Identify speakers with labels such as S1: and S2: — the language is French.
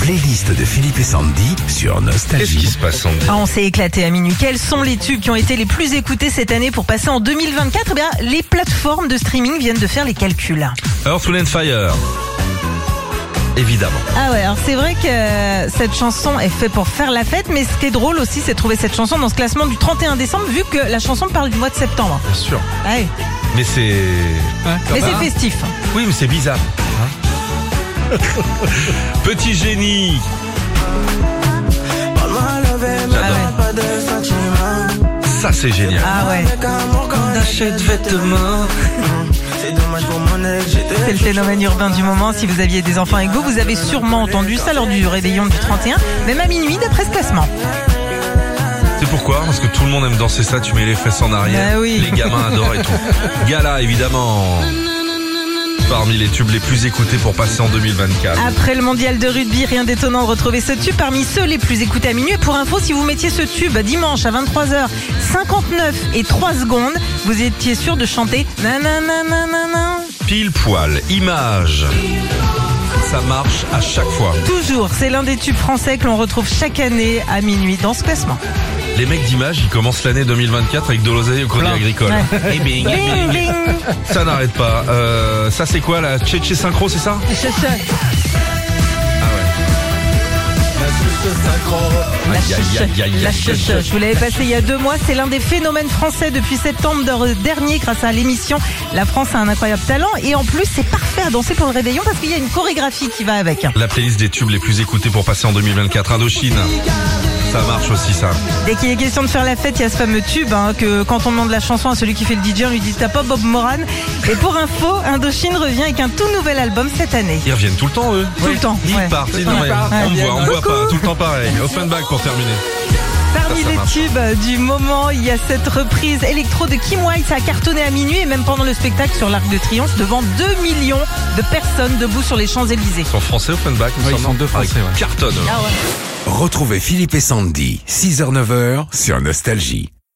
S1: playlist de Philippe et Sandy sur
S2: Qu'est-ce
S1: Nostalgie.
S2: qui se passe, Sandy
S3: Ah, on s'est éclaté à minuit. Quels sont les tubes qui ont été les plus écoutés cette année pour passer en 2024 Eh bien, les plateformes de streaming viennent de faire les calculs.
S2: Earthful and Fire. Évidemment.
S3: Ah ouais, alors c'est vrai que euh, cette chanson est faite pour faire la fête, mais ce qui est drôle aussi, c'est de trouver cette chanson dans ce classement du 31 décembre, vu que la chanson parle du mois de septembre.
S2: Bien sûr.
S3: Ah oui.
S2: Mais c'est. quand
S3: Mais
S2: même.
S3: c'est festif.
S2: Oui, mais c'est bizarre. hein. Petit génie.
S3: Ah ouais.
S2: Ça, c'est génial.
S3: Ah ouais. C'est le phénomène urbain du moment. Si vous aviez des enfants avec vous, vous avez sûrement entendu ça lors du réveillon du 31, même à minuit d'après ce classement.
S2: C'est pourquoi Parce que tout le monde aime danser ça, tu mets les fesses en arrière.
S3: Ah oui.
S2: Les gamins adorent et tout. Gala, évidemment. Parmi les tubes les plus écoutés pour passer en 2024.
S3: Après le mondial de rugby, rien d'étonnant de retrouver ce tube parmi ceux les plus écoutés à minuit. Et Pour info, si vous mettiez ce tube dimanche à 23h59 et 3 secondes, vous étiez sûr de chanter nanananananan.
S2: Pile poil, image. Ça marche à chaque fois.
S3: Toujours, c'est l'un des tubes français que l'on retrouve chaque année à minuit dans ce classement.
S2: Les mecs d'image, ils commencent l'année 2024 avec de l'oseille au crédit agricole.
S3: Ouais.
S2: Et bing,
S3: Bing, bing.
S2: Ça n'arrête pas. Euh, ça c'est quoi la Tchétché synchro, c'est ça
S3: La
S2: Aïe, aïe, aïe, aïe,
S3: chuche. La
S2: aïe.
S3: chuche. Je vous l'avais passé il y a deux mois. C'est l'un des phénomènes français depuis septembre d'or- dernier grâce à l'émission La France a un incroyable talent. Et en plus, c'est parfait à danser pour le réveillon parce qu'il y a une chorégraphie qui va avec.
S2: La playlist des tubes les plus écoutés pour passer en 2024. Indochine. Ça marche aussi ça.
S3: Dès qu'il est question de faire la fête, il y a ce fameux tube hein, que quand on demande la chanson à celui qui fait le DJ, on lui dit t'as pas Bob Moran. Et pour info, Indochine revient avec un tout nouvel album cette année.
S2: Ils reviennent tout le temps eux.
S3: Tout le temps,
S2: Ils
S3: ouais.
S2: partent. ils- non, mais
S3: partent,
S2: on me
S3: ils
S2: voit, on me voit
S3: reviennent.
S2: pas. Tout le temps pareil. Offenbach pour terminer.
S3: Parmi
S2: Ça, ça
S3: les
S2: marche.
S3: tubes euh, du moment, il y a cette reprise électro de Kim White. Ça a cartonné à minuit et même pendant le spectacle sur l'Arc de Triomphe devant 2 millions de personnes debout sur les Champs-Élysées.
S2: Ils sont français Offenbach
S4: Ouais, ils sont deux
S2: hein
S4: Français, ouais.
S2: Cartonne.
S3: Ah ouais.
S1: Retrouvez Philippe et Sandy, 6h-9h sur Nostalgie.